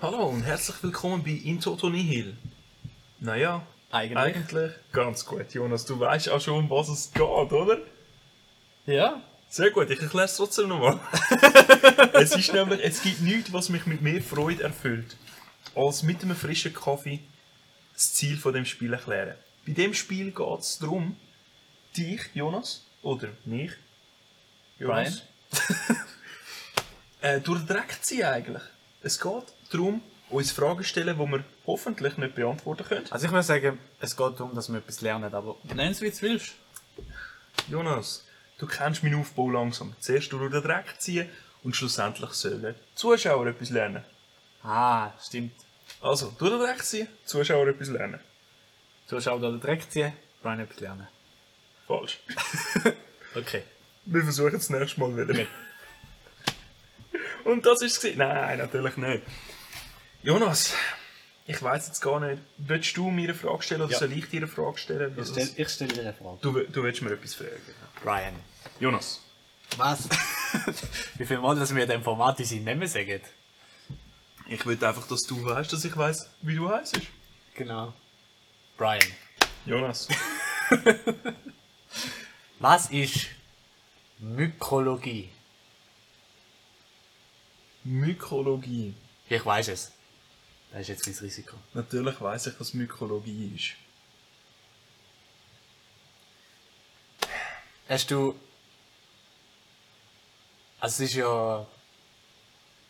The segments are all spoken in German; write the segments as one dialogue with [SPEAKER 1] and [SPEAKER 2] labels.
[SPEAKER 1] Hallo und herzlich willkommen bei In Toto Nihil. Naja,
[SPEAKER 2] Eigentlich.
[SPEAKER 1] eigentlich ganz gut, Jonas. Du weißt auch schon, um was es geht, oder?
[SPEAKER 2] Ja.
[SPEAKER 1] Sehr gut, ich erkläre es trotzdem nochmal. es ist nämlich, es gibt nichts, was mich mit mehr Freude erfüllt, als mit einem frischen Kaffee das Ziel von dem Spiel erklären. Bei dem Spiel geht es darum, dich, Jonas, oder mich, Jonas, äh, durch den Dreck zu ziehen eigentlich. Es geht darum, uns Fragen zu stellen, die wir hoffentlich nicht beantworten können.
[SPEAKER 3] Also ich würde sagen, es geht darum, dass wir etwas lernen, aber
[SPEAKER 2] Nenn es, wie du willst.
[SPEAKER 1] Jonas, du kennst meinen Aufbau langsam. Zuerst durch den Dreck ziehen und schlussendlich sollen die Zuschauer etwas lernen.
[SPEAKER 3] ah, stimmt.
[SPEAKER 1] Also, durch den Dreck ziehen, Zuschauer etwas lernen.
[SPEAKER 3] Zuschauer da den Dreck ziehen, Brian etwas lernen.
[SPEAKER 1] Falsch.
[SPEAKER 2] Okay.
[SPEAKER 1] Wir versuchen es nächstes Mal wieder. Und das ist es. Nein, natürlich nicht. Jonas, ich weiß jetzt gar nicht. Willst du mir eine Frage stellen oder
[SPEAKER 2] Ja.
[SPEAKER 1] soll ich dir eine Frage stellen?
[SPEAKER 2] Ich stelle stell dir eine Frage.
[SPEAKER 1] du, du willst mir etwas fragen.
[SPEAKER 3] Brian.
[SPEAKER 1] Jonas.
[SPEAKER 2] Was?
[SPEAKER 3] Wie viel Mal, dass wir in dem Format unseren Namen sagen?
[SPEAKER 1] Ich will einfach, dass du weißt, dass ich weiß, wie du heißt.
[SPEAKER 3] Genau. Brian.
[SPEAKER 1] Jonas.
[SPEAKER 3] Was ist Mykologie?
[SPEAKER 1] Mykologie.
[SPEAKER 3] Ich weiß es. Das ist jetzt mein Risiko.
[SPEAKER 1] Natürlich weiß ich, was Mykologie ist.
[SPEAKER 3] Hast du... Also es ist ja...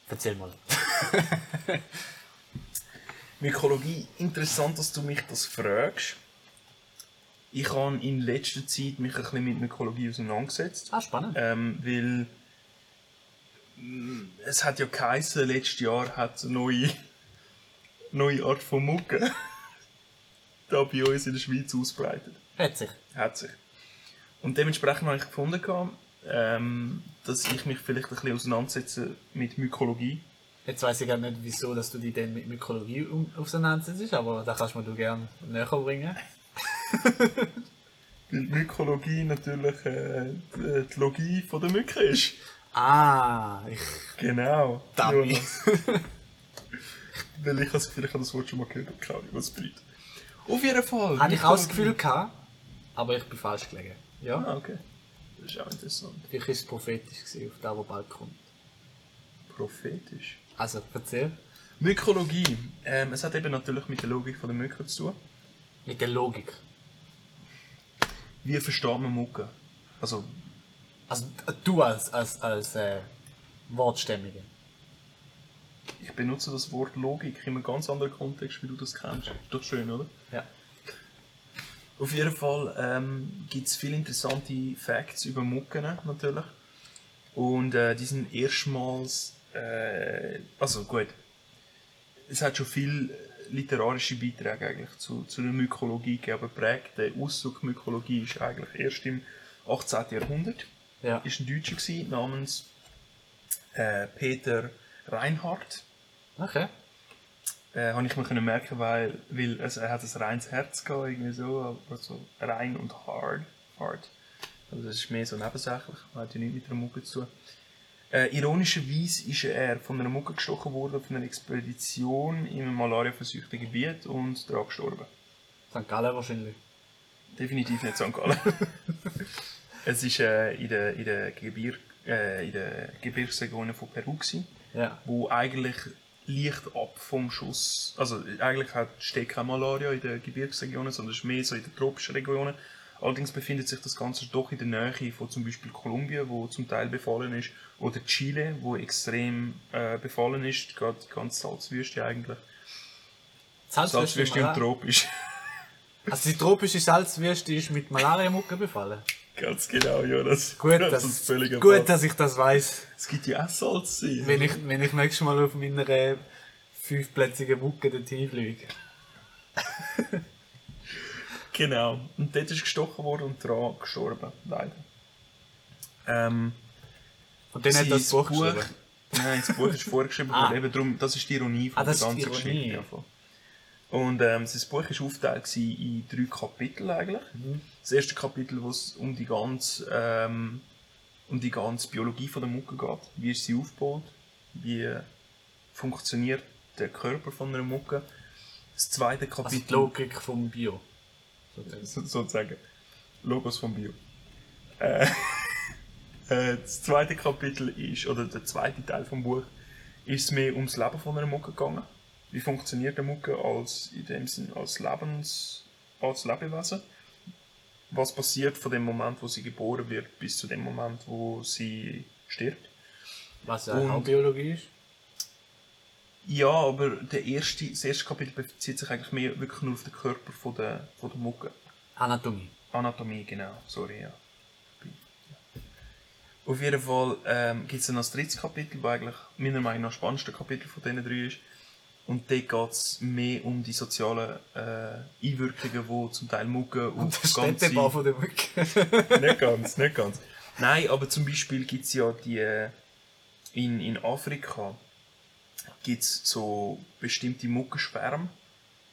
[SPEAKER 3] Erzähl mal.
[SPEAKER 1] Mykologie, interessant, dass du mich das fragst. Ich habe in letzter Zeit mich ein bisschen mit Mykologie auseinandergesetzt,
[SPEAKER 3] Ah, spannend.
[SPEAKER 1] ähm, weil mm, es hat ja geheißen, letztes Jahr hat es eine neue, neue Art von Mucke da bei uns in der Schweiz ausbreitet.
[SPEAKER 3] Hat sich.
[SPEAKER 1] Hat sich. Und dementsprechend habe ich gefunden, gehabt, ähm, dass ich mich vielleicht ein bisschen auseinandersetze mit Mykologie.
[SPEAKER 3] Jetzt weiß ich gar nicht, wieso dass du dich dann mit Mykologie um- auseinandersetzt, aber da kannst du mir du gerne näher bringen.
[SPEAKER 1] Weil Mykologie natürlich äh, die die Logie von der Mücke ist.
[SPEAKER 3] Ah, ich
[SPEAKER 1] Genau.
[SPEAKER 3] Dummy.
[SPEAKER 1] Jonas. Weil ich das Gefühl, ich habe das Wort schon mal gehört, keine Ahnung, was es bedeutet. Auf jeden Fall.
[SPEAKER 3] hatte ich auch das Gefühl gehabt, aber ich bin falsch gelegen. Ja,
[SPEAKER 1] Ah, okay. Das ist auch interessant.
[SPEAKER 3] vielleicht war es prophetisch gewesen, auf das, was bald kommt.
[SPEAKER 1] Prophetisch.
[SPEAKER 3] Also, erzähl.
[SPEAKER 1] Mykologie. Ähm, es hat eben natürlich mit der Logik von der Mücke zu tun.
[SPEAKER 3] Mit der Logik.
[SPEAKER 1] Wie versteht man Mucke? Also,
[SPEAKER 3] Also, du als, als, als äh, Wortstämmiger.
[SPEAKER 1] ich benutze das Wort Logik in einem ganz anderen Kontext, wie du das kennst. Ist doch schön, oder?
[SPEAKER 3] Ja.
[SPEAKER 1] Auf jeden Fall ähm, gibt es viele interessante Facts über Mucken natürlich. Und äh, die sind erstmals. Äh, also gut. Es hat schon viel literarische Beiträge eigentlich zu, zu der Mykologie gegeben, aber prägt der Ausdruck Mykologie ist eigentlich erst im 18. Jahrhundert.
[SPEAKER 3] Ja.
[SPEAKER 1] Ist ein Deutscher gewesen, namens äh, Peter Reinhardt
[SPEAKER 3] Okay.
[SPEAKER 1] äh, habe ich mir können merken, weil, weil also er hat ein reines Herz gehabt, irgendwie so, aber so rein und hard, hard. Also das ist mehr so nebensächlich, hat ja nichts mit einer Mucke zu tun. Äh, ironischerweise ist er von einer Mucke gestochen worden, von einer Expedition in einem malariaverseuchten Gebiet und daran gestorben.
[SPEAKER 3] St. Gallen wahrscheinlich.
[SPEAKER 1] Definitiv nicht St. Gallen. es ist äh, in der, in der, Gebir äh, in der Gebirgsregion von Peru gewesen
[SPEAKER 3] Ja.
[SPEAKER 1] wo eigentlich leicht ab vom Schuss, also eigentlich hat, steht keine Malaria in den Gebirgsregionen, sondern ist mehr so in den tropischen Regionen. Allerdings befindet sich das Ganze doch in der Nähe von zum Beispiel Kolumbien, wo zum Teil befallen ist, oder Chile, wo extrem äh, befallen ist, gerade die ganze Salzwüste eigentlich. Salzwüste und
[SPEAKER 3] Malaria-
[SPEAKER 1] tropisch.
[SPEAKER 3] Also, die tropische Salzwüste ist mit Malaria-Mucke befallen.
[SPEAKER 1] Ganz genau, Jonas.
[SPEAKER 3] Gut,
[SPEAKER 1] das,
[SPEAKER 3] dass,
[SPEAKER 1] ist völlig
[SPEAKER 3] gut dass ich das weiß.
[SPEAKER 1] Es gibt ja auch Salzseen.
[SPEAKER 3] Wenn ich, wenn ich nächstes Mal auf meiner äh, fünfplätzigen Mucke dorthin hinfliege.
[SPEAKER 1] Genau. Und dort ist gestochen worden und daran gestorben, leider. Ähm,
[SPEAKER 3] Und dann hat das Buch geschrieben.
[SPEAKER 1] Nein, das Buch ist vorgeschrieben
[SPEAKER 3] Ah.
[SPEAKER 1] worden. Eben darum, das ist die Ironie von
[SPEAKER 3] Ah, das
[SPEAKER 1] der
[SPEAKER 3] ist die
[SPEAKER 1] ganzen
[SPEAKER 3] Ironie.
[SPEAKER 1] Geschichte. Davon. Und ähm, sein Buch war aufgeteilt gewesen in drei Kapitel eigentlich.
[SPEAKER 3] Mhm.
[SPEAKER 1] Das erste Kapitel, wo es um die ganze, ähm, um die ganze Biologie von der Mucke geht. Wie ist sie aufgebaut? Wie funktioniert den Körper von einer Mucke. Das zweite
[SPEAKER 3] Also die
[SPEAKER 1] Kapitel,
[SPEAKER 3] Logik vom Bio. sozusagen.
[SPEAKER 1] so- sozusagen, Logos vom Bio. Äh, äh, das zweite Kapitel ist, oder der zweite Teil vom Buch, ist es mehr ums Leben von einer Mucke gegangen. Wie funktioniert eine Mucke als, in dem Sinn, als Lebens, als Lebewesen? Was passiert von dem Moment, wo sie geboren wird, bis zu dem Moment, wo sie stirbt?
[SPEAKER 3] Was ja
[SPEAKER 1] Und-
[SPEAKER 3] auch Biologie ist.
[SPEAKER 1] Ja, aber der erste, das erste Kapitel bezieht sich eigentlich mehr wirklich nur auf den Körper von der, von der Mucke.
[SPEAKER 3] Anatomie.
[SPEAKER 1] Anatomie, genau. Sorry, ja. Auf jeden Fall ähm, gibt es noch das dritte Kapitel, das eigentlich meiner Meinung nach das spannendste Kapitel von diesen drei ist. Und dort geht es mehr um die sozialen äh, Einwirkungen, die zum Teil Mucke
[SPEAKER 3] Und der Städtebau von der Mücke.
[SPEAKER 1] nicht ganz, nicht ganz. Nein, aber zum Beispiel gibt es ja die. äh, In, in Afrika gibt es so bestimmte Muckensperme,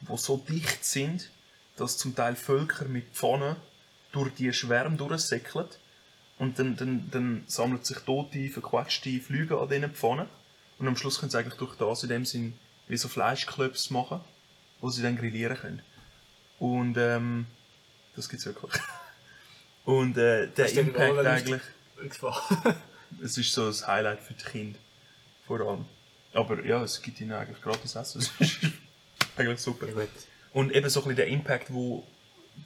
[SPEAKER 1] die so dicht sind, dass zum Teil Völker mit Pfannen durch die Schwärme durchsäckeln. Und dann, dann, dann sammeln sich tote, verquetschte Flüge an diesen Pfannen. Und am Schluss können sie eigentlich durch das in dem Sinn wie so Fleischklöps machen, wo sie dann grillieren können. Und ähm, das gibt's wirklich. Und äh, der
[SPEAKER 3] stell dir vor,
[SPEAKER 1] Impact
[SPEAKER 3] wenn ich-
[SPEAKER 1] eigentlich es ist so das Highlight für die Kinder. Vor allem. Aber ja, es gibt ihnen eigentlich gratis Essen. Das ist eigentlich super.
[SPEAKER 3] Ja, gut.
[SPEAKER 1] Und eben so ein bisschen der Impact, wo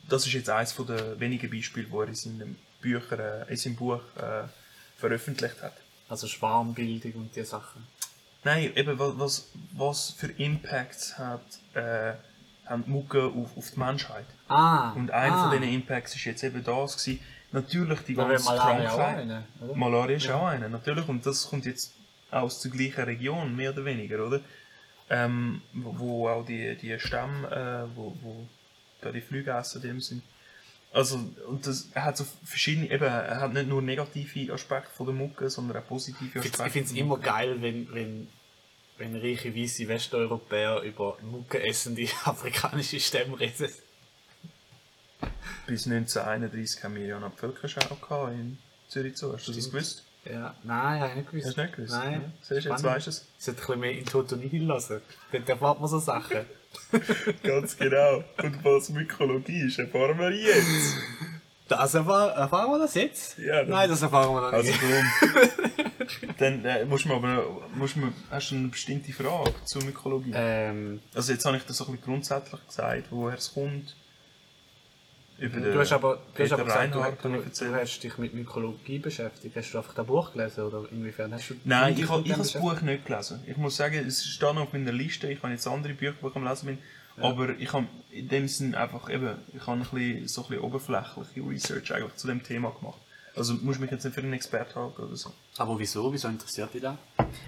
[SPEAKER 1] das ist jetzt eines von der wenigen Beispiele, wo er in seinem, Bücher, äh, in seinem Buch äh, veröffentlicht hat.
[SPEAKER 3] Also Schwarmbildung und die Sachen.
[SPEAKER 1] Nein, eben wa- was, was für Impacts hat, äh, haben die Mucke auf, auf die Menschheit.
[SPEAKER 3] Ah.
[SPEAKER 1] Und einer
[SPEAKER 3] ah.
[SPEAKER 1] von diesen Impacts ist jetzt eben das gewesen. Natürlich die
[SPEAKER 3] Da wäre
[SPEAKER 1] ganze
[SPEAKER 3] Malaria auch
[SPEAKER 1] Krankheit.
[SPEAKER 3] eine, oder?
[SPEAKER 1] Malaria ist auch einer, natürlich. Und das kommt jetzt aus der gleichen Region, mehr oder weniger, oder? Ähm, wo, wo auch die, die Stämme, äh, wo, wo da die Flüge essen, in dem sind. Also, und das er hat so verschiedene, eben, er hat nicht nur negative Aspekte von der Mucke, sondern auch positive
[SPEAKER 3] Ich
[SPEAKER 1] Aspekte.
[SPEAKER 3] finde es
[SPEAKER 1] von der
[SPEAKER 3] immer
[SPEAKER 1] Mucke.
[SPEAKER 3] geil, wenn, wenn, wenn reiche weiße Westeuropäer über Mucke essende afrikanische Stämme reden.
[SPEAKER 1] Bis 1931 haben wir ja noch die Völkerschau gehabt in Zürich zu. Hast du das gewusst?
[SPEAKER 3] Ja, nein, habe ich nicht gewusst.
[SPEAKER 1] Hast du nicht gewusst?
[SPEAKER 3] Nein.
[SPEAKER 1] Siehst du, jetzt
[SPEAKER 3] Spannend.
[SPEAKER 1] weißt du es.
[SPEAKER 3] Ich sollte ein bisschen mehr in Totonie lassen. Dann erfahrt man so Sachen.
[SPEAKER 1] Ganz genau. Und was Mykologie ist, erfahren wir jetzt.
[SPEAKER 3] Das erfahr erfahren wir das jetzt?
[SPEAKER 1] Ja, das-
[SPEAKER 3] Nein, das erfahren wir noch
[SPEAKER 1] Also
[SPEAKER 3] nicht.
[SPEAKER 1] komm. Dann äh, musst du mir aber noch- musst du mir, hast du eine bestimmte Frage zur Mykologie?
[SPEAKER 3] Ähm,
[SPEAKER 1] Also jetzt habe ich das so ein bisschen grundsätzlich gesagt, woher es kommt. Über
[SPEAKER 3] du hast aber, du hast
[SPEAKER 1] Peter
[SPEAKER 3] aber gesagt, du,
[SPEAKER 1] Reinhardt, habe ich
[SPEAKER 3] hast- du,
[SPEAKER 1] erzählt.
[SPEAKER 3] du hast dich mit Mykologie beschäftigt. Hast du einfach das Buch gelesen oder inwiefern hast du
[SPEAKER 1] Nein,
[SPEAKER 3] dich
[SPEAKER 1] ich habe
[SPEAKER 3] mit
[SPEAKER 1] ich
[SPEAKER 3] dem
[SPEAKER 1] hab das
[SPEAKER 3] beschäftigt?
[SPEAKER 1] Buch nicht gelesen. Ich muss sagen, es steht noch auf meiner Liste. Ich habe jetzt andere Bücher, die ich am Lesen bin. Aber ich habe in dem Sinn einfach eben, ich habe ein bisschen, so ein bisschen oberflächliche Research eigentlich zu dem Thema gemacht. Also musst du mich jetzt nicht für einen Experten halten oder so.
[SPEAKER 2] Aber wieso? Wieso interessiert dich das?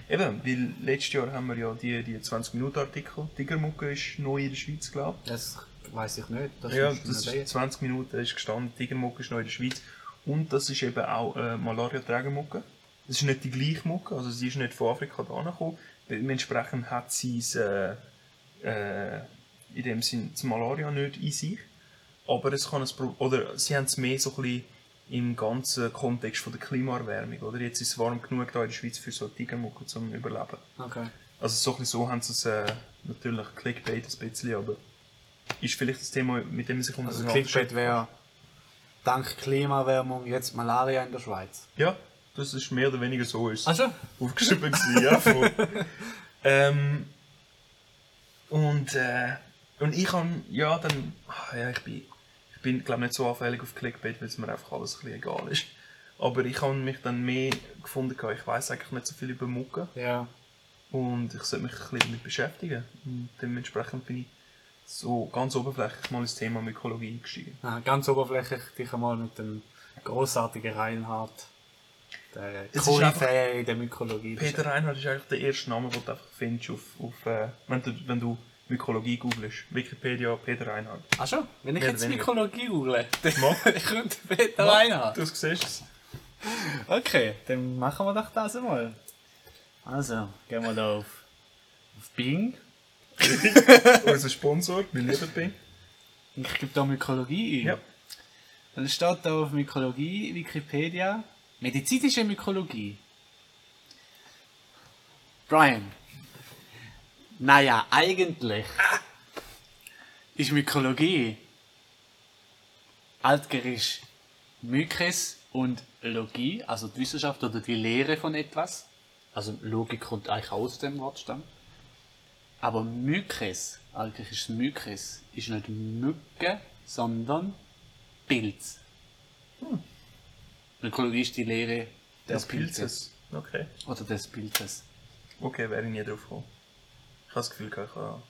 [SPEAKER 1] Eben, weil letztes Jahr haben wir ja die, die 20-Minuten-Artikel. Tigermucke ist neu in der Schweiz, glaube
[SPEAKER 3] Das weiß ich nicht. Das
[SPEAKER 1] ich. Ja,
[SPEAKER 3] musst du
[SPEAKER 1] das
[SPEAKER 3] mir sagen.
[SPEAKER 1] ist 20 Minuten ist gestanden, Tigermucke ist neu in der Schweiz. Und das ist eben auch äh, Malaria-Trägermucke. Das ist nicht die gleiche Mucke, also sie ist nicht von Afrika da gekommen. Dementsprechend hat sie es, äh, äh, in dem Sinn das Malaria nicht in sich. Aber es kann es oder sie haben es mehr so ein bisschen im ganzen Kontext von der Klimaerwärmung. Oder? Jetzt ist es warm genug da in der Schweiz für so eine Tigermucke zum Überleben.
[SPEAKER 3] Okay.
[SPEAKER 1] Also so, ein bisschen so haben sie es äh, natürlich Clickbait ein bisschen, aber ist vielleicht das Thema, mit dem man sich
[SPEAKER 2] Also
[SPEAKER 1] unterhalten
[SPEAKER 2] Clickbait wäre dank Klimaerwärmung jetzt Malaria in der Schweiz.
[SPEAKER 1] Ja, das ist mehr oder weniger so ist es
[SPEAKER 3] Ach
[SPEAKER 2] Also-
[SPEAKER 3] so.
[SPEAKER 1] aufgeschrieben gewesen, ja voll. ähm, und, äh, und ich kann, ja dann, ah, ja ich bin, ich bin glaube nicht so anfällig auf Clickbait, weil es mir einfach alles ein bisschen egal ist. Aber ich habe mich dann mehr gefunden, gehabt, ich weiß eigentlich nicht so viel über Mucke.
[SPEAKER 3] Ja.
[SPEAKER 1] Und ich sollte mich ein bisschen damit beschäftigen. Und dementsprechend bin ich so ganz oberflächlich mal ins Thema Mykologie eingestiegen.
[SPEAKER 3] Ah, ganz oberflächlich dich einmal mit dem großartigen Reinhardt, der
[SPEAKER 1] ist
[SPEAKER 3] Koryphäe in der Mykologie.
[SPEAKER 1] Peter Reinhardt ist eigentlich der erste Name, den du einfach findest, auf, auf, äh, wenn, du, wenn du Mykologie googelst. Wikipedia Peter Reinhardt.
[SPEAKER 3] Ach Ah, schon, wenn ich
[SPEAKER 1] Mehr
[SPEAKER 3] jetzt
[SPEAKER 1] oder weniger.
[SPEAKER 3] Mykologie google, dann
[SPEAKER 1] Mach.
[SPEAKER 3] ich könnte Peter Reinhardt.
[SPEAKER 1] Du siehst es.
[SPEAKER 3] Okay, dann machen wir doch das einmal. Also, gehen wir da auf, auf Bing.
[SPEAKER 1] Unser Sponsor, wir lieben Bing.
[SPEAKER 3] Ich gebe da Mykologie ein.
[SPEAKER 1] Ja.
[SPEAKER 3] Dann steht da auf Mykologie, Wikipedia, medizinische Mykologie. Brian, Naja, eigentlich ist Mykologie altgriechisch Mykes und Logie, also die Wissenschaft oder die Lehre von etwas. Also Logik kommt eigentlich aus dem Wortstamm. Aber Mykes, altgriechisch Mykes, ist nicht Mücke, sondern Pilz. Mykologie ist die Lehre
[SPEAKER 1] Hm. Des Pilzes. Okay.
[SPEAKER 3] Oder des Pilzes.
[SPEAKER 1] Okay, wäre ich nie drauf gekommen. Ich habe das Gefühl, gehabt, ich habe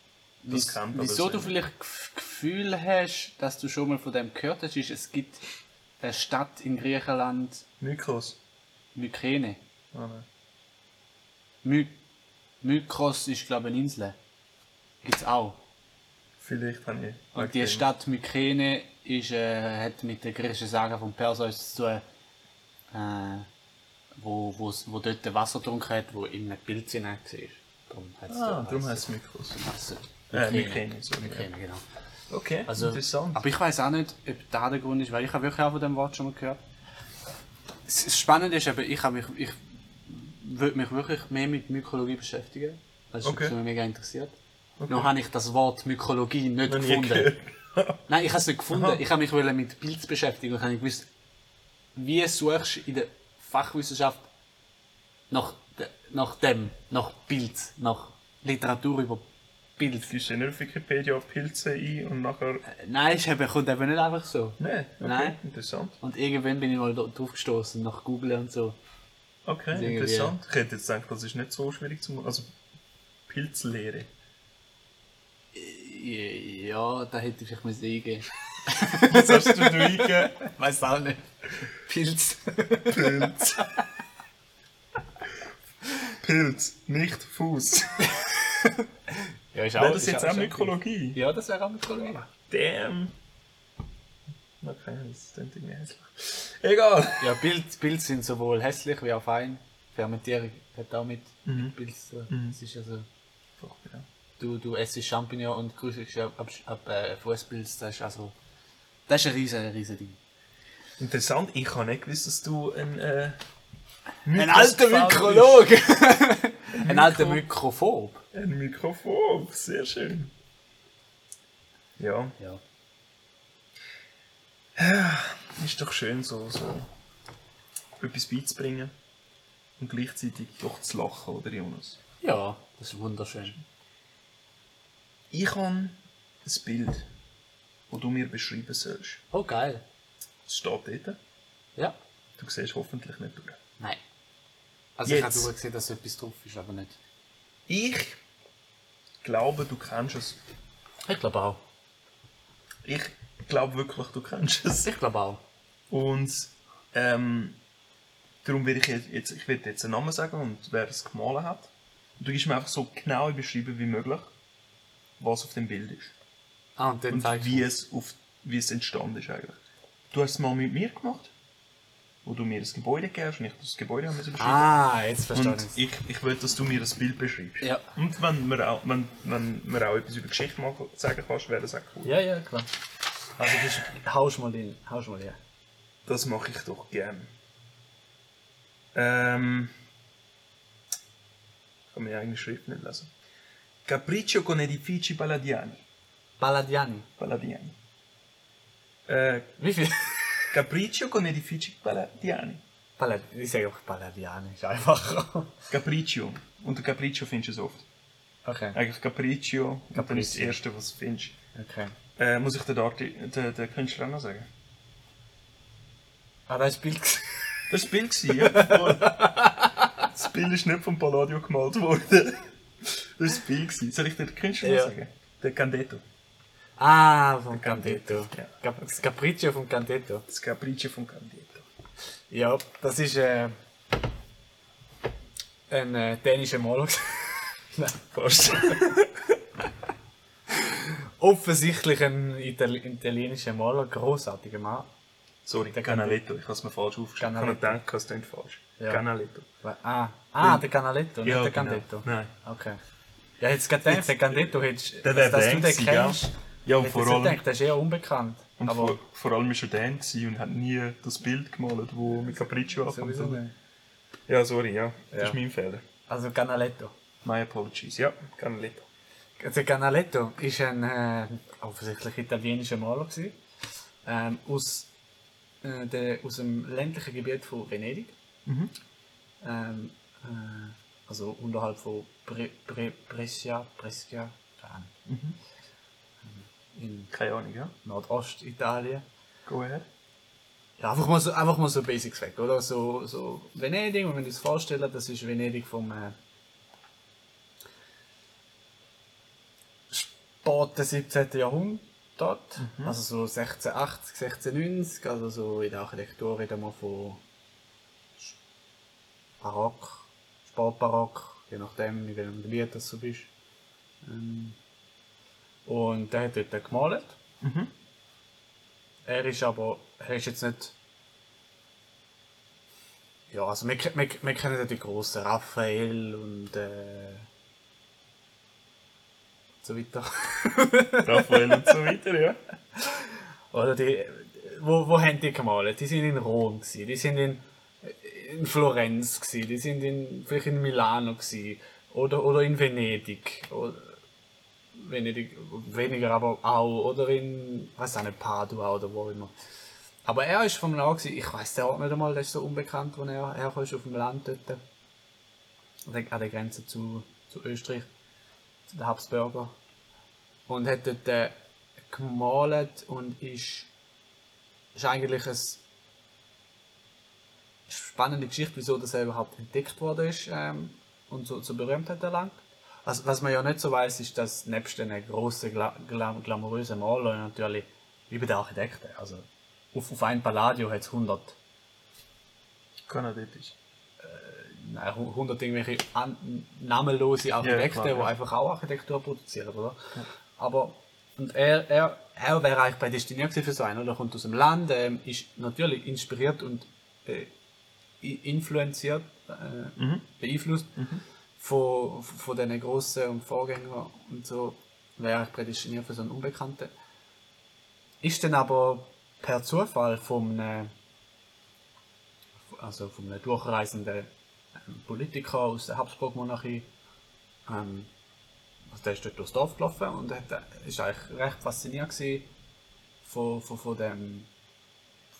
[SPEAKER 1] das
[SPEAKER 3] Wies,
[SPEAKER 1] kennt, aber
[SPEAKER 3] wieso
[SPEAKER 1] das
[SPEAKER 3] du
[SPEAKER 1] ist-
[SPEAKER 3] vielleicht gef- Gefühl hast, dass du schon mal von dem gehört hast, ist, es gibt eine Stadt in Griechenland,
[SPEAKER 1] Mykos.
[SPEAKER 3] Mykene.
[SPEAKER 1] Ah, nein.
[SPEAKER 3] My Mykros ist, glaube ich, eine Insel. Gibt's auch.
[SPEAKER 1] Vielleicht habe ich.
[SPEAKER 3] Und
[SPEAKER 1] Okay.
[SPEAKER 3] die Stadt Mykene ist, äh, hat mit der griechischen Sage von Perseus zu tun, äh, wo, wo's- wo dort Wasser getrunken hat, wo in einem Pilz hinein war. Darum heißt
[SPEAKER 1] Ah, darum heisst es Mykos.
[SPEAKER 3] es
[SPEAKER 1] Äh, Mykene, sorry.
[SPEAKER 3] Mykene, genau.
[SPEAKER 1] Okay,
[SPEAKER 3] Also,
[SPEAKER 1] interessant.
[SPEAKER 3] Aber ich weiß auch nicht, ob da der Grund ist, weil ich habe wirklich auch von dem Wort schon mal gehört. Das das Spannende ist, aber ich habe mich, ich würde mich wirklich mehr mit Mykologie beschäftigen. Das ist
[SPEAKER 1] Okay.
[SPEAKER 3] okay. mich mega interessiert. Noch habe ich das Wort Mykologie nicht
[SPEAKER 1] Noch nie
[SPEAKER 3] gefunden.
[SPEAKER 1] gehört.
[SPEAKER 3] Nein, ich habe es nicht gefunden.
[SPEAKER 1] Aha.
[SPEAKER 3] Ich habe mich wollte mit Pilz beschäftigen und habe nicht gewusst, wie suchst du in der Fachwissenschaft nach, de- nach dem, nach Pilz, nach Literatur über Pilz.
[SPEAKER 1] Gibst du nicht auf Wikipedia auf Pilze ein und nachher.
[SPEAKER 3] Nein, es eben- kommt eben nicht einfach so.
[SPEAKER 1] Nein, okay,
[SPEAKER 3] Äh, Nein.
[SPEAKER 1] interessant.
[SPEAKER 3] Und irgendwann bin ich mal da- drauf gestoßen nach Google und so.
[SPEAKER 1] Okay,
[SPEAKER 3] Irgendwie-
[SPEAKER 1] interessant. Ich hätte jetzt gedacht, das ist nicht so schwierig zu machen. Also, Pilzlehre.
[SPEAKER 3] Ja, da hätte ich vielleicht mal eingeben.
[SPEAKER 1] Was hast du da eingegeben?
[SPEAKER 3] Weiß auch nicht. Pilz.
[SPEAKER 1] Pilz. Pilz, nicht Fuß.
[SPEAKER 3] Ja, ist
[SPEAKER 1] Wäre das
[SPEAKER 3] ist
[SPEAKER 1] jetzt
[SPEAKER 3] ist
[SPEAKER 1] auch Mykologie?
[SPEAKER 3] Ja, das wäre auch Mykologie.
[SPEAKER 1] Damn. Okay, das klingt irgendwie hässlich. Egal.
[SPEAKER 3] Ja, Pilz, Pilze sind sowohl hässlich wie auch fein. Fermentierung hat auch mit
[SPEAKER 1] Mhm.
[SPEAKER 3] mit Pilz zu tun. Es ist also, du, du essst Champignon und grüßest ab, ab, ab äh, Fußpilz. Das ist also. Das ist ein riesen, ein riesen Ding.
[SPEAKER 1] Interessant, ich habe nicht gewusst, dass du ein. Äh,
[SPEAKER 3] Ein alter
[SPEAKER 1] Mythos-Fan bist.
[SPEAKER 3] Mykolog! ein alter Mykrophob.
[SPEAKER 1] Ein Mikrofon, sehr schön. Ja,
[SPEAKER 3] Ja.
[SPEAKER 1] ist doch schön, so, so etwas beizubringen und gleichzeitig doch zu lachen, oder Jonas?
[SPEAKER 3] Ja, das ist wunderschön.
[SPEAKER 1] Ich habe ein Bild, das du mir beschreiben sollst.
[SPEAKER 3] Oh, geil.
[SPEAKER 1] Es steht dort.
[SPEAKER 3] Ja.
[SPEAKER 1] Du siehst hoffentlich nicht durch.
[SPEAKER 3] Nein. Also
[SPEAKER 1] Jetzt.
[SPEAKER 3] ich habe durchgesehen, dass etwas drauf ist, aber nicht.
[SPEAKER 1] Ich glaube, du kennst es.
[SPEAKER 3] Ich glaube auch.
[SPEAKER 1] Ich glaube wirklich, du kennst es.
[SPEAKER 3] Ich glaube auch.
[SPEAKER 1] Und ähm, darum werde ich jetzt- jetzt, ich werde jetzt einen Namen sagen und wer es gemalt hat. Und du gibst mir einfach so genau beschreiben wie möglich, was auf dem Bild ist.
[SPEAKER 3] Ah, und dann
[SPEAKER 1] Und
[SPEAKER 3] zeigst
[SPEAKER 1] wie
[SPEAKER 3] du.
[SPEAKER 1] es, auf, wie es entstanden ist eigentlich. Du hast es mal mit mir gemacht, wo du mir das Gebäude gegeben hast und ich das Gebäude haben müssen beschreiben.
[SPEAKER 3] Ah, jetzt verstehe
[SPEAKER 1] Und
[SPEAKER 3] ich
[SPEAKER 1] ich, ich will, dass du mir das Bild beschreibst.
[SPEAKER 3] Ja.
[SPEAKER 1] Und wenn wir auch, wenn, wenn wir auch etwas über Geschichte mal sagen kannst, wäre das auch cool.
[SPEAKER 4] Ja, ja, klar. Also, du bist, haust mal hin. Haust mal her.
[SPEAKER 1] Das mache ich doch gern. Ähm. Ich kann meine eigene Schrift nicht lesen. Capriccio con edifici palladiani.
[SPEAKER 4] Balladiani.
[SPEAKER 1] Palladiani. Äh,
[SPEAKER 4] Wie viel?
[SPEAKER 1] Capriccio con edifici palladiani.
[SPEAKER 4] Ballad ich sage einfach Balladiani, ist einfacher.
[SPEAKER 1] Capriccio. Unter Capriccio findest du es oft.
[SPEAKER 4] Okay.
[SPEAKER 1] Eigentlich Capriccio. Capriccio. Und dann ist das Erste, was du findest.
[SPEAKER 4] okay.
[SPEAKER 1] Äh, muss ich den, Arti den, den Künstler auch noch sagen?
[SPEAKER 4] Ah, das ist Bild. gewesen.
[SPEAKER 1] Das war das Bild, ja. voll. Das Bild ist nicht von Palladio gemalt worden. Das war das Bild. gewesen. Soll ich dir den Künstler
[SPEAKER 4] Ja.
[SPEAKER 1] sagen? Der Candetto.
[SPEAKER 4] Ah, vom
[SPEAKER 1] Candetto.
[SPEAKER 4] Candetto.
[SPEAKER 1] Ja.
[SPEAKER 4] Cap- Das Capriccio vom Candetto.
[SPEAKER 1] Das Capriccio von Candetto.
[SPEAKER 4] Ja, das ist äh, ein äh, dänischer Maler. Nein.
[SPEAKER 1] Fast.
[SPEAKER 4] Offensichtlich ein Itali italienischer Maler, großartiger Mann.
[SPEAKER 1] Sorry, der Canaletto. Ich habe es mir falsch aufgeschrieben. Ich habe
[SPEAKER 4] Canaletto.
[SPEAKER 1] gedacht, es klingt falsch.
[SPEAKER 4] Ja.
[SPEAKER 1] Canaletto.
[SPEAKER 4] Ah, ah der Canaletto, nicht
[SPEAKER 1] Ja,
[SPEAKER 4] der
[SPEAKER 1] genau.
[SPEAKER 4] Candetto.
[SPEAKER 1] Nein.
[SPEAKER 4] Okay. Ja, jetzt gerade gedacht, der Candetto hättest
[SPEAKER 1] Der wäre
[SPEAKER 4] dass
[SPEAKER 1] der
[SPEAKER 4] du den
[SPEAKER 1] Einzige,
[SPEAKER 4] kennst.
[SPEAKER 1] gell? Ja, und
[SPEAKER 4] hätte ich
[SPEAKER 1] vor
[SPEAKER 4] jetzt nicht
[SPEAKER 1] allem,
[SPEAKER 4] gedacht, der ist eher unbekannt.
[SPEAKER 1] und
[SPEAKER 4] aber
[SPEAKER 1] vor, vor allem ist er Dan gewesen und hat nie das Bild gemalt, wo mit Capriccio
[SPEAKER 4] sowieso
[SPEAKER 1] anfängt.
[SPEAKER 4] nicht.
[SPEAKER 1] Ja, sorry, ja. Das
[SPEAKER 4] Ja.
[SPEAKER 1] ist mein Fehler.
[SPEAKER 4] Also Canaletto.
[SPEAKER 1] My apologies. Ja, Canaletto.
[SPEAKER 3] Der Also Canaletto ist ein äh, offensichtlich italienischer Maler gewesen, ähm, aus, äh, der, aus dem ländlichen Gebiet von Venedig.
[SPEAKER 1] Mhm.
[SPEAKER 3] Ähm, äh, also unterhalb von Bre Bre Brescia, Brescia, keine Ahnung. Ähm,
[SPEAKER 1] Mhm.
[SPEAKER 3] in
[SPEAKER 1] Keine Ahnung, ja.
[SPEAKER 3] Nordostitalien.
[SPEAKER 1] Go ahead.
[SPEAKER 3] Ja, einfach mal so, einfach mal so Basics weg, oder? So, so Venedig, wenn wir uns vorstellen, das ist Venedig vom äh, späten 17. Jahrhundert, also so 1680, 1690, also so in der Architektur reden wir von Sch- Barock, Spätbarock, je nachdem, in welchem Gebiet das du bist. Ähm, und der hat dort gemalt.
[SPEAKER 1] Mhm.
[SPEAKER 3] Er ist aber, er ist jetzt nicht. Ja, also wir, ke- wir, wir kennen ja die grossen Raphael und äh, so weiter.
[SPEAKER 1] Raphael und so weiter, ja.
[SPEAKER 3] Oder die, wo, wo haben die gemalt? Die sind in Rom gsi, die sind in, in Florenz gsi, die sind in, vielleicht in Milano gsi oder, oder in Venedig. Oder, Venedig, weniger aber auch, oder in, weiß auch nicht, Padua oder wo immer. Aber er ist vom Land gsi, ich weiß den Ort nicht einmal, der ist so unbekannt, wo er herkommt, auf dem Land dort. An der- An der Grenze zu, zu Österreich, zu den Habsburger und hat dort äh, gemalt und ist, ist eigentlich eine spannende Geschichte, wieso das er überhaupt entdeckt worden ist ähm, und so zur Berühmtheit erlangt. Also, was man ja nicht so weiß, ist, dass nebst einem grossen, gla glam glamourösen Maler natürlich über den Architekten, also auf, auf ein Palladio hat es 100,
[SPEAKER 1] Kanadisch.
[SPEAKER 3] nein, 100 irgendwelche an, namenlose Architekten,
[SPEAKER 1] klar, ja.
[SPEAKER 3] die einfach auch Architektur produzieren, oder? Aber und er, er, er wäre eigentlich prädestiniert gewesen für so einen, oder? Er kommt aus dem Land, ähm, ist natürlich inspiriert und äh, i- influenziert, äh,
[SPEAKER 1] Mhm.
[SPEAKER 3] beeinflusst von, von diesen grossen und Vorgängern und so. Wäre eigentlich prädestiniert für so einen Unbekannten. Ist dann aber per Zufall vom äh, also von einem durchreisenden ähm, Politiker aus der Habsburg-Monarchie ähm, also der ist dort durchs Dorf gelaufen und hat, ist eigentlich recht fasziniert gewesen von, von, von, dem,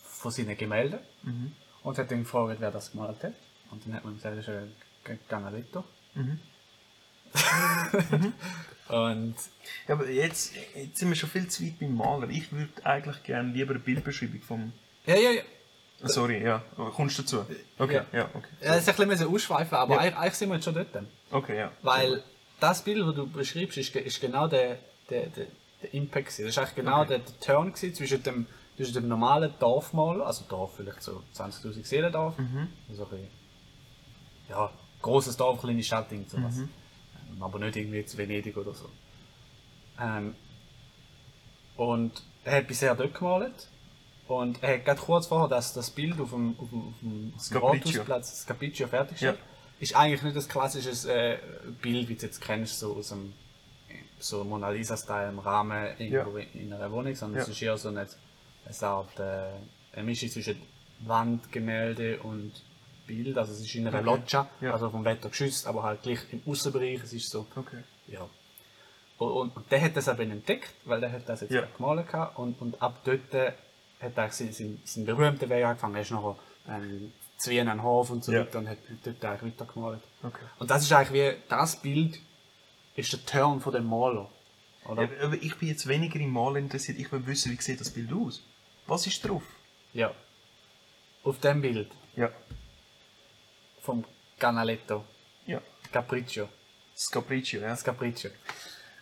[SPEAKER 3] von seinen Gemälden. Und hat dann gefragt, wer das gemalt hat. Und dann hat man gesagt, das ist ein G- Canaletto.
[SPEAKER 1] Mhm.
[SPEAKER 3] Mhm. Und
[SPEAKER 1] Ja, aber jetzt, jetzt sind wir schon viel zu weit beim Maler. Ich würde eigentlich gerne lieber eine Bildbeschreibung vom.
[SPEAKER 3] ja, ja, ja.
[SPEAKER 1] Sorry, ja. Oh, Kommst du dazu? Okay, ja, okay.
[SPEAKER 3] Ja, das ist ein bisschen müssen ausschweifen, aber
[SPEAKER 1] Ja.
[SPEAKER 3] eigentlich, eigentlich sind wir jetzt schon dort.
[SPEAKER 1] Okay, ja.
[SPEAKER 3] Weil das Bild, das du beschreibst, ist, ge- ist genau der, der, der, der Impact. gewesen. Das war eigentlich genau der, der Turn gewesen zwischen dem, zwischen dem normalen Dorfmaler, also Dorf vielleicht so 20.000 Seelen Dorf, also ein bisschen, ja, großes Dorf, kleine Stadt, irgend sowas. Ähm, Aber nicht irgendwie zu Venedig oder so. Ähm, und er hat bisher dort gemalt. Und er hat gerade kurz vorher das, das Bild auf dem, auf dem, auf dem auf dem
[SPEAKER 1] Cappuccino.
[SPEAKER 3] Rathausplatz, das Capiccio, fertiggestellt.
[SPEAKER 1] Ja.
[SPEAKER 3] Ist eigentlich nicht das klassisches äh, Bild, wie du es jetzt kennst, so aus dem so Mona Lisa-Style im Rahmen irgendwo in einer Wohnung, sondern es
[SPEAKER 1] Ja.
[SPEAKER 3] ist eher so eine, eine Art äh, eine Mischung zwischen Wandgemälde und Bild. Also es ist in einer
[SPEAKER 1] Okay.
[SPEAKER 3] Loggia,
[SPEAKER 1] Ja.
[SPEAKER 3] also vom Wetter geschützt, aber halt gleich im Außenbereich. Es ist so,
[SPEAKER 1] Okay.
[SPEAKER 3] ja. Und, und, und der hat das eben entdeckt, weil der hat das jetzt
[SPEAKER 1] Ja.
[SPEAKER 3] gerade gemalt gehabt und, und ab dort äh, hat er seinen sein, sein berühmten Weg angefangen. Er ist nachher ähm, zu Wien an den Hof und so
[SPEAKER 1] Ja.
[SPEAKER 3] weiter und hat hat dort eigentlich weitergemalt.
[SPEAKER 1] Okay.
[SPEAKER 3] Und das ist eigentlich wie, das Bild ist der Turn von dem Maler. Oder?
[SPEAKER 1] Ja, aber ich bin jetzt weniger im Malen interessiert. Ich will wissen, wie sieht das Bild aus? Was ist drauf?
[SPEAKER 3] Ja. Auf dem Bild
[SPEAKER 1] Ja.
[SPEAKER 3] vom Canaletto,
[SPEAKER 1] Ja.
[SPEAKER 3] Capriccio,
[SPEAKER 1] Das Capriccio, ja.
[SPEAKER 3] das Capriccio,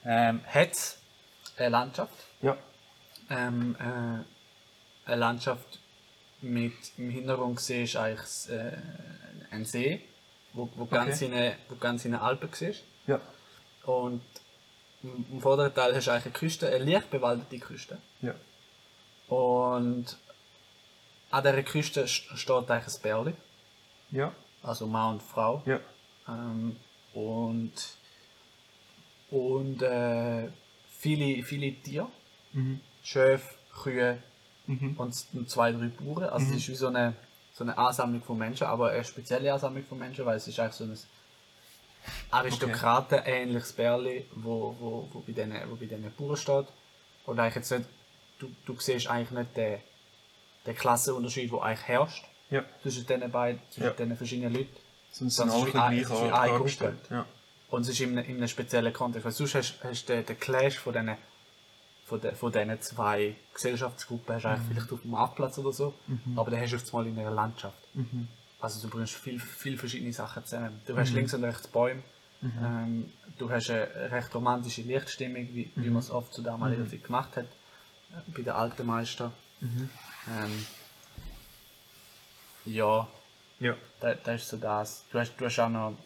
[SPEAKER 3] ähm, hat es eine Landschaft.
[SPEAKER 1] Ja.
[SPEAKER 3] ähm, äh, eine Landschaft mit im Hintergrund gesehen ist eigentlich äh, ein See, wo, wo, ganz in eine, wo ganz in den Alpen siehst.
[SPEAKER 1] Ja.
[SPEAKER 3] Und im im vorderen Teil hast du eigentlich eine Küste, eine leicht bewaldete Küste.
[SPEAKER 1] Ja.
[SPEAKER 3] Und an dieser Küste st- steht eigentlich ein Bärli,
[SPEAKER 1] Ja.
[SPEAKER 3] also Mann und Frau.
[SPEAKER 1] Ja.
[SPEAKER 3] Ähm, und und äh, viele, viele Tiere.
[SPEAKER 1] Mhm.
[SPEAKER 3] Schöf, Kühe
[SPEAKER 1] Mhm.
[SPEAKER 3] und s- und zwei, drei Bauern. Also es ist wie so eine, so eine Ansammlung von Menschen, aber eine spezielle Ansammlung von Menschen, weil es ist eigentlich so ein Aristokratenähnliches Bärli, wo, wo, wo bei diesen wo bei diesen Bauern steht. Und eigentlich jetzt nicht, du, du siehst eigentlich nicht den, den Klassenunterschied, der eigentlich herrscht
[SPEAKER 1] Ja.
[SPEAKER 3] zwischen diesen beiden, zwischen
[SPEAKER 1] Ja.
[SPEAKER 3] diesen verschiedenen Leuten.
[SPEAKER 1] Sonst sind
[SPEAKER 3] Das ist
[SPEAKER 1] alle
[SPEAKER 3] wie ein-
[SPEAKER 1] gleich
[SPEAKER 3] das ist wie eine
[SPEAKER 1] dargestellt. Ja.
[SPEAKER 3] Und es ist in einem, in einem speziellen Kontext. Weil sonst hast, hast du den, den Clash von diesen von de, von diesen zwei Gesellschaftsgruppen hast du
[SPEAKER 1] Mhm.
[SPEAKER 3] eigentlich vielleicht auf dem Marktplatz oder so, aber dann hast du es mal in einer Landschaft.
[SPEAKER 1] Mhm.
[SPEAKER 3] Also du bringst viel, viel verschiedene Sachen zusammen. Du hast links und rechts Bäume,
[SPEAKER 1] Mhm.
[SPEAKER 3] ähm, du hast eine recht romantische Lichtstimmung, wie, wie
[SPEAKER 1] Mhm.
[SPEAKER 3] man es oft zu damaliger Zeit gemacht hat, äh, bei den alten Meistern.
[SPEAKER 1] Mhm.
[SPEAKER 3] Ähm, ja,
[SPEAKER 1] ja.
[SPEAKER 3] da, das ist so das. Du hast, du hast auch noch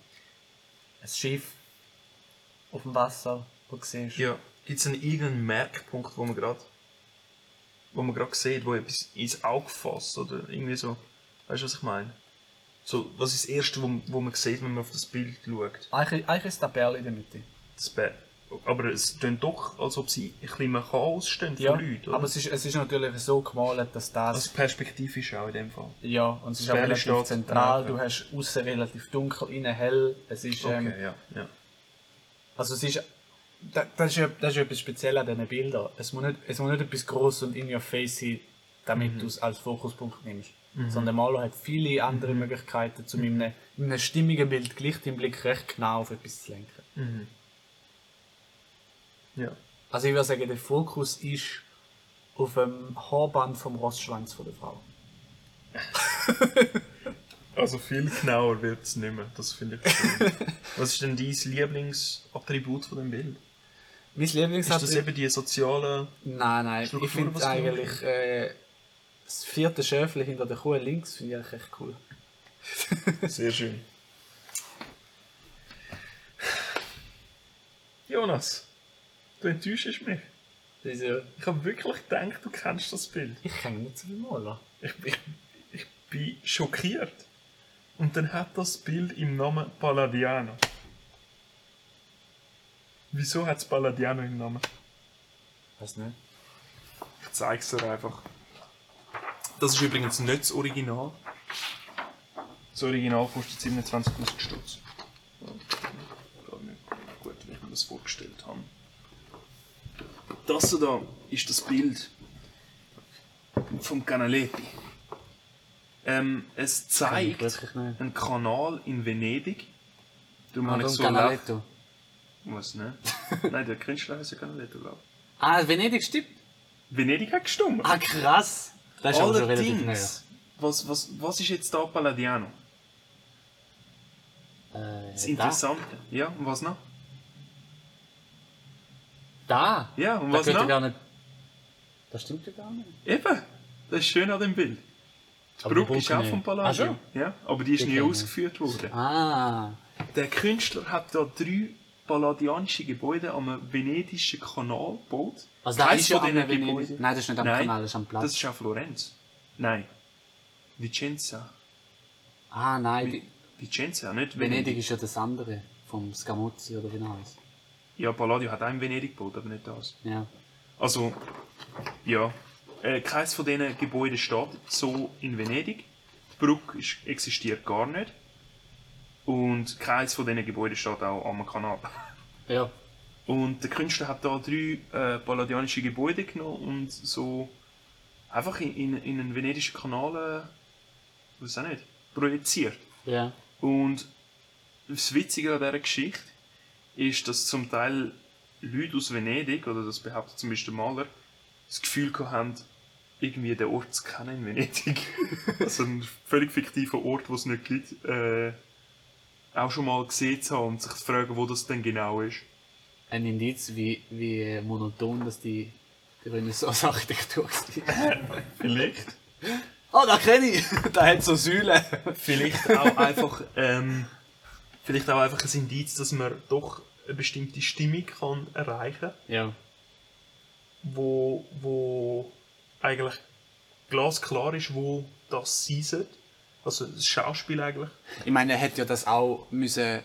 [SPEAKER 3] ein Schiff auf dem Wasser, wo du siehst.
[SPEAKER 1] Ja. Gibt es einen irgendeinen Merkpunkt, wo man gerade wo man gerade sieht, wo etwas ins Auge fasst oder irgendwie so. Weißt du, was ich meine? So, was ist das Erste, wo, wo man sieht, wenn man auf das Bild schaut?
[SPEAKER 3] Eigentlich, eigentlich ist der Bärli in der Mitte.
[SPEAKER 1] Das Bär. Aber es tönt doch, als ob sie ein bisschen mehr Chaos stehen
[SPEAKER 3] Ja,
[SPEAKER 1] von Leuten, oder?
[SPEAKER 3] aber es ist, es ist natürlich so gemalt, dass das...
[SPEAKER 1] also perspektivisch auch in dem Fall.
[SPEAKER 3] ja, und es ist auch
[SPEAKER 1] Bärli
[SPEAKER 3] relativ
[SPEAKER 1] steht
[SPEAKER 3] zentral.
[SPEAKER 1] drauf, ja.
[SPEAKER 3] Du hast außen relativ dunkel, innen hell. Es ist... Ähm,
[SPEAKER 1] Okay, ja. ja.
[SPEAKER 3] Also es ist... da- Das ist, ja- das ist ja etwas speziell an diesen Bildern. Es muss nicht, es muss nicht etwas gross und in your face sein, damit
[SPEAKER 1] Mhm.
[SPEAKER 3] du es als Fokuspunkt nimmst. Sondern Maler hat viele andere
[SPEAKER 1] Mhm.
[SPEAKER 3] Möglichkeiten, um in einem, in einem stimmigen Bild gleich den Blick recht genau auf etwas zu lenken.
[SPEAKER 1] ja.
[SPEAKER 3] Also ich würde sagen, der Fokus ist auf dem Haarband vom Rossschwanz von der Frau.
[SPEAKER 1] Also viel genauer wird es nicht mehr, das finde ich schön. Was ist denn dein Lieblingsattribut von dem Bild?
[SPEAKER 3] Mein
[SPEAKER 1] Ist das
[SPEAKER 3] Lieblingsattribut...
[SPEAKER 1] eben die sozialen...
[SPEAKER 3] Nein, nein,
[SPEAKER 1] Struktur,
[SPEAKER 3] ich finde
[SPEAKER 1] was du
[SPEAKER 3] eigentlich äh, das vierte Schöfli hinter der Kuh links finde ich eigentlich echt cool.
[SPEAKER 1] Sehr schön. Jonas, du enttäuschst mich.
[SPEAKER 3] Das ist ja,
[SPEAKER 1] Ich habe wirklich gedacht, du kennst das Bild.
[SPEAKER 3] ich kenne nicht so viel Maler.
[SPEAKER 1] Ich, ich, ich bin schockiert. Und dann hat das Bild im Namen Palladiano. Wieso hat es Palladiano im Namen?
[SPEAKER 3] Weiß nicht.
[SPEAKER 1] Ich zeig's dir einfach. Das ist übrigens nicht das Original. Das Original kostet 27.000 Stutz. Ja, gar nicht Gut, wie ich mir das vorgestellt habe. Das da ist das Bild vom Canaletti. Ähm, es zeigt
[SPEAKER 2] wirklich nicht.
[SPEAKER 1] einen Kanal in Venedig.
[SPEAKER 2] Ah,
[SPEAKER 1] Darum habe ich so lachen-
[SPEAKER 2] Canaletto.
[SPEAKER 1] Was, ne? Nein, der Künstler heißt ja Canaletto, glaube
[SPEAKER 2] Ah, Venedig stimmt.
[SPEAKER 1] ich. Venedig hat gestummt.
[SPEAKER 2] Ah, krass. Das ist aber schon relativ näher.
[SPEAKER 1] Allerdings, was, was, was ist jetzt da Palladiano?
[SPEAKER 2] Äh,
[SPEAKER 1] Das Interessante. Ja, und was noch?
[SPEAKER 2] Da.
[SPEAKER 1] Ja, und
[SPEAKER 2] da
[SPEAKER 1] was
[SPEAKER 2] geht ja
[SPEAKER 1] noch?
[SPEAKER 2] gar nicht. Das stimmt ja gar nicht.
[SPEAKER 1] Eben, das ist schön an dem Bild. Die
[SPEAKER 2] Aber die
[SPEAKER 1] Brücke ist
[SPEAKER 2] Brücke
[SPEAKER 1] auch
[SPEAKER 2] nicht.
[SPEAKER 1] vom Palladio.
[SPEAKER 2] Ach
[SPEAKER 1] ja, aber die ist
[SPEAKER 2] Die
[SPEAKER 1] nie
[SPEAKER 2] kenne ich.
[SPEAKER 1] ausgeführt worden.
[SPEAKER 2] Ah.
[SPEAKER 1] Der Künstler hat da drei palladianische Gebäude am venedischen Kanal gebaut.
[SPEAKER 2] Also da
[SPEAKER 1] Keins
[SPEAKER 2] ist ja
[SPEAKER 1] von
[SPEAKER 2] am
[SPEAKER 1] diesen
[SPEAKER 2] Venedig-
[SPEAKER 1] Gebäuden-
[SPEAKER 2] Nein, das ist nicht am Kanal, das ist am Platz.
[SPEAKER 1] Das ist auch Florenz. Nein. Vicenza.
[SPEAKER 2] Ah, nein. Die
[SPEAKER 1] Vicenza, nicht
[SPEAKER 2] Venedig
[SPEAKER 1] Venedig.
[SPEAKER 2] ist ja das andere. Vom Scamozzi oder wie er heißt.
[SPEAKER 1] Ja, Palladio hat auch in Venedig gebaut, aber nicht das.
[SPEAKER 2] Ja.
[SPEAKER 1] Also, ja. Äh, keins von diesen Gebäuden steht so in Venedig. Die Brücke ist, existiert gar nicht. Und keins von diesen Gebäuden steht auch am Kanal.
[SPEAKER 2] Ja.
[SPEAKER 1] Und der Künstler hat da drei äh, palladianische Gebäude genommen und so einfach in, in, in einen venedischen Kanal, äh, weiß auch nicht, projiziert.
[SPEAKER 2] Ja.
[SPEAKER 1] Und das Witzige an dieser Geschichte ist, dass zum Teil Leute aus Venedig, oder das behauptet zumindest der Maler, das Gefühl gehabt haben, irgendwie den Ort zu kennen in Venedig. also einen völlig fiktiven Ort, den es nicht gibt, äh, auch schon mal gesehen zu haben und sich zu fragen, wo das denn genau ist.
[SPEAKER 2] Ein Indiz, wie, wie äh, monoton dass die, die Renaissance-Architektur war.
[SPEAKER 1] Vielleicht.
[SPEAKER 2] Oh, da kenne ich! da hat so Säulen.
[SPEAKER 1] Vielleicht auch einfach, ähm, vielleicht auch einfach ein Indiz, dass man doch eine bestimmte Stimmung kann erreichen kann.
[SPEAKER 2] Ja.
[SPEAKER 1] wo, wo eigentlich glasklar ist, wo das sein sollte. Also das Schauspiel eigentlich.
[SPEAKER 2] Ich meine, er hätte ja das auch müssen.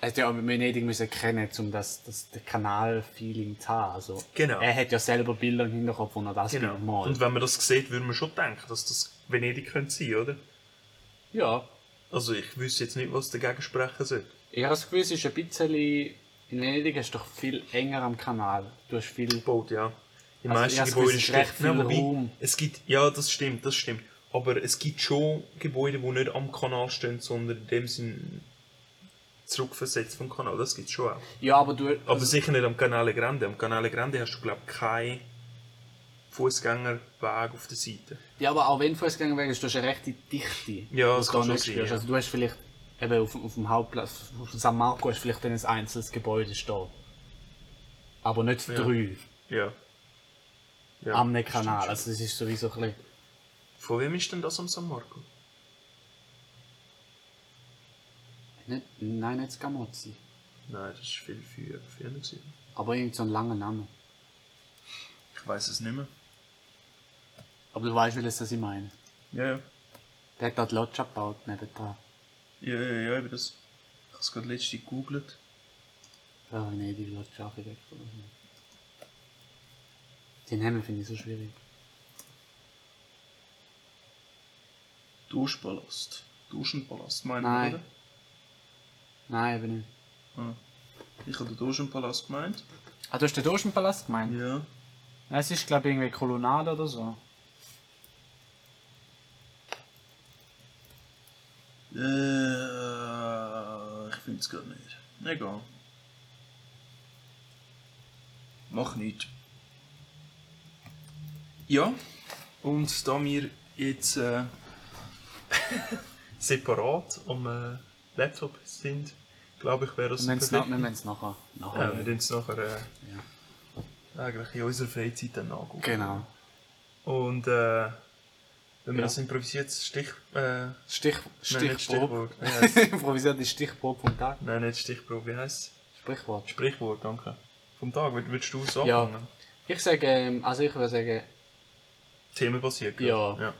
[SPEAKER 2] Er hätte ja auch Venedig müssen kennen, um das, das den Kanal-Feeling zu haben. Also,
[SPEAKER 1] Genau.
[SPEAKER 2] Er hätte ja selber Bilder im Hinterkopf, wo er das Bild malt.
[SPEAKER 1] Und wenn man das sieht, würde man schon denken, dass das Venedig könnte sein, oder?
[SPEAKER 2] ja.
[SPEAKER 1] Also ich wüsste jetzt nicht, was dagegen sprechen sollte.
[SPEAKER 2] Ich habe das Gefühl, es ist ein bisschen. In Venedig hast du doch viel enger am Kanal. Du hast viel.
[SPEAKER 1] Boot, ja. Die
[SPEAKER 2] Also,
[SPEAKER 1] meisten
[SPEAKER 2] ja, es
[SPEAKER 1] Gebäude
[SPEAKER 2] ist
[SPEAKER 1] stehen.
[SPEAKER 2] recht viel
[SPEAKER 1] Nein, wobei,
[SPEAKER 2] Raum.
[SPEAKER 1] Es gibt, ja, das stimmt, das stimmt. Aber es gibt schon Gebäude, die nicht am Kanal stehen, sondern in dem Sinn zurückversetzt vom Kanal. Das gibt es schon auch.
[SPEAKER 2] Ja, aber du.
[SPEAKER 1] Aber sicher nicht am Canale Grande. Am Canale Grande hast du, glaube ich, keinen Fußgängerweg auf der Seite.
[SPEAKER 2] Ja, aber auch wenn Fußgänger weg ist, du hast eine rechte Dichte.
[SPEAKER 1] Ja, das
[SPEAKER 2] was du da
[SPEAKER 1] kann schon
[SPEAKER 2] nicht
[SPEAKER 1] sein,
[SPEAKER 2] spürst.
[SPEAKER 1] ja.
[SPEAKER 2] Also du hast vielleicht eben auf, auf dem Hauptplatz, auf San Marco hast du vielleicht dann ein einzelnes Gebäude stehen. Aber nicht drei
[SPEAKER 1] Ja. ja.
[SPEAKER 2] am Kanal. Also das ist sowieso ein bisschen.
[SPEAKER 1] Von wem ist denn das am San Marco?
[SPEAKER 2] Nicht, nein, nicht Scamozzi.
[SPEAKER 1] Nein, das ist viel früher. früher gewesen.
[SPEAKER 2] Aber irgend so ein langer Name.
[SPEAKER 1] Ich weiß es nicht mehr.
[SPEAKER 2] Aber du weißt, welches das ich meine.
[SPEAKER 1] Ja, ja.
[SPEAKER 2] Der hat da die Lodge gebaut nebenan.
[SPEAKER 1] Ja, ja, ja, eben das. Ich habe es gerade letztens gegoogelt.
[SPEAKER 2] Ja, Äh, nee, die Lodge auch direkt. oder so. Die Namen finde ich so schwierig.
[SPEAKER 1] Duschpalast. Duschenpalast, meine
[SPEAKER 2] Nein.
[SPEAKER 1] ich, oder?
[SPEAKER 2] Nein, eben nicht.
[SPEAKER 1] Ah. Ich habe den Duschenpalast gemeint.
[SPEAKER 2] Ah, du hast den Dogenpalast gemeint?
[SPEAKER 1] Ja.
[SPEAKER 2] Es ist, glaube ich, irgendwie Kolonade oder so.
[SPEAKER 1] Äh, ich finde es gerade nicht. Egal. Mach nicht. Ja, und da wir jetzt äh, separat am äh, Laptop sind, glaube ich, wäre das
[SPEAKER 2] Wir müssen es nach- wir müssen es nachher. nachher.
[SPEAKER 1] Ja, wir tun es nachher äh, eigentlich in unserer Freizeit dann angucken.
[SPEAKER 2] Genau.
[SPEAKER 1] Und äh, wenn wir
[SPEAKER 2] Ja.
[SPEAKER 1] das improvisiertes Stich... Äh,
[SPEAKER 2] Stich,
[SPEAKER 1] nein, nicht
[SPEAKER 2] Stichprobe.
[SPEAKER 1] Stichwort. Wie heisst's?
[SPEAKER 2] Improvisiertes Stichprobe vom Tag.
[SPEAKER 1] nein, nicht Stichprobe. Wie heisst es?
[SPEAKER 2] Sprichwort.
[SPEAKER 1] Sprichwort, danke. Vom Tag, Will- willst du es anfangen?
[SPEAKER 2] Ja. Ich sage, ähm, also ich würde sagen,
[SPEAKER 1] Themenbasiert, gell?
[SPEAKER 2] Ja.
[SPEAKER 1] ja.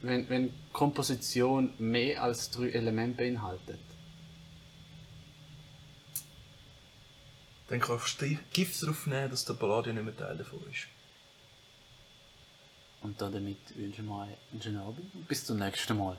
[SPEAKER 2] wenn, wenn Komposition mehr als drei Elemente beinhaltet.
[SPEAKER 1] Dann kannst du dir Gift darauf nehmen, dass der Ballade nicht mehr Teil davon ist.
[SPEAKER 2] Und dann damit wünsche ich mal einen schönen Abend und bis zum nächsten Mal.